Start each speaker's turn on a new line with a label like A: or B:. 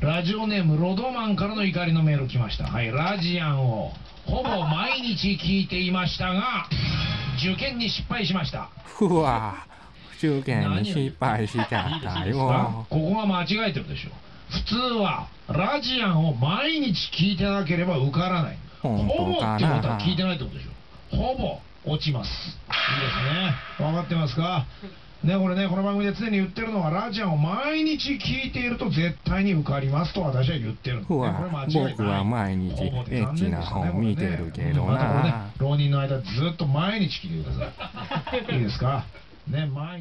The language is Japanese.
A: ラジオネームロドマンからの怒りのメール来ましたはいラジアンをほぼ毎日聞いていましたが受験に失敗しました
B: うわ受験に失敗しちゃったよ
A: あここが間違えてるでしょ普通はラジアンを毎日聞いてなければ受からないほぼ
B: 本
A: ってこと
B: 当かな
A: は聞いてないってことでしょほぼ落ちますいいですね分かってますかねこれねこの番組で常に言ってるのはラジアンを毎日聞いていると絶対に受かりますと私は言ってるの、ね、
B: う
A: これ
B: わ
A: 間違いない
B: 僕は毎日
A: ほ
B: エ
A: ぼで
B: ッ
A: 残
B: チ
A: 念でしたね
B: な本見てるけど
A: これねまたこれね
B: な
A: 浪人の間ずっと毎日聞いてくださいいいですかね毎日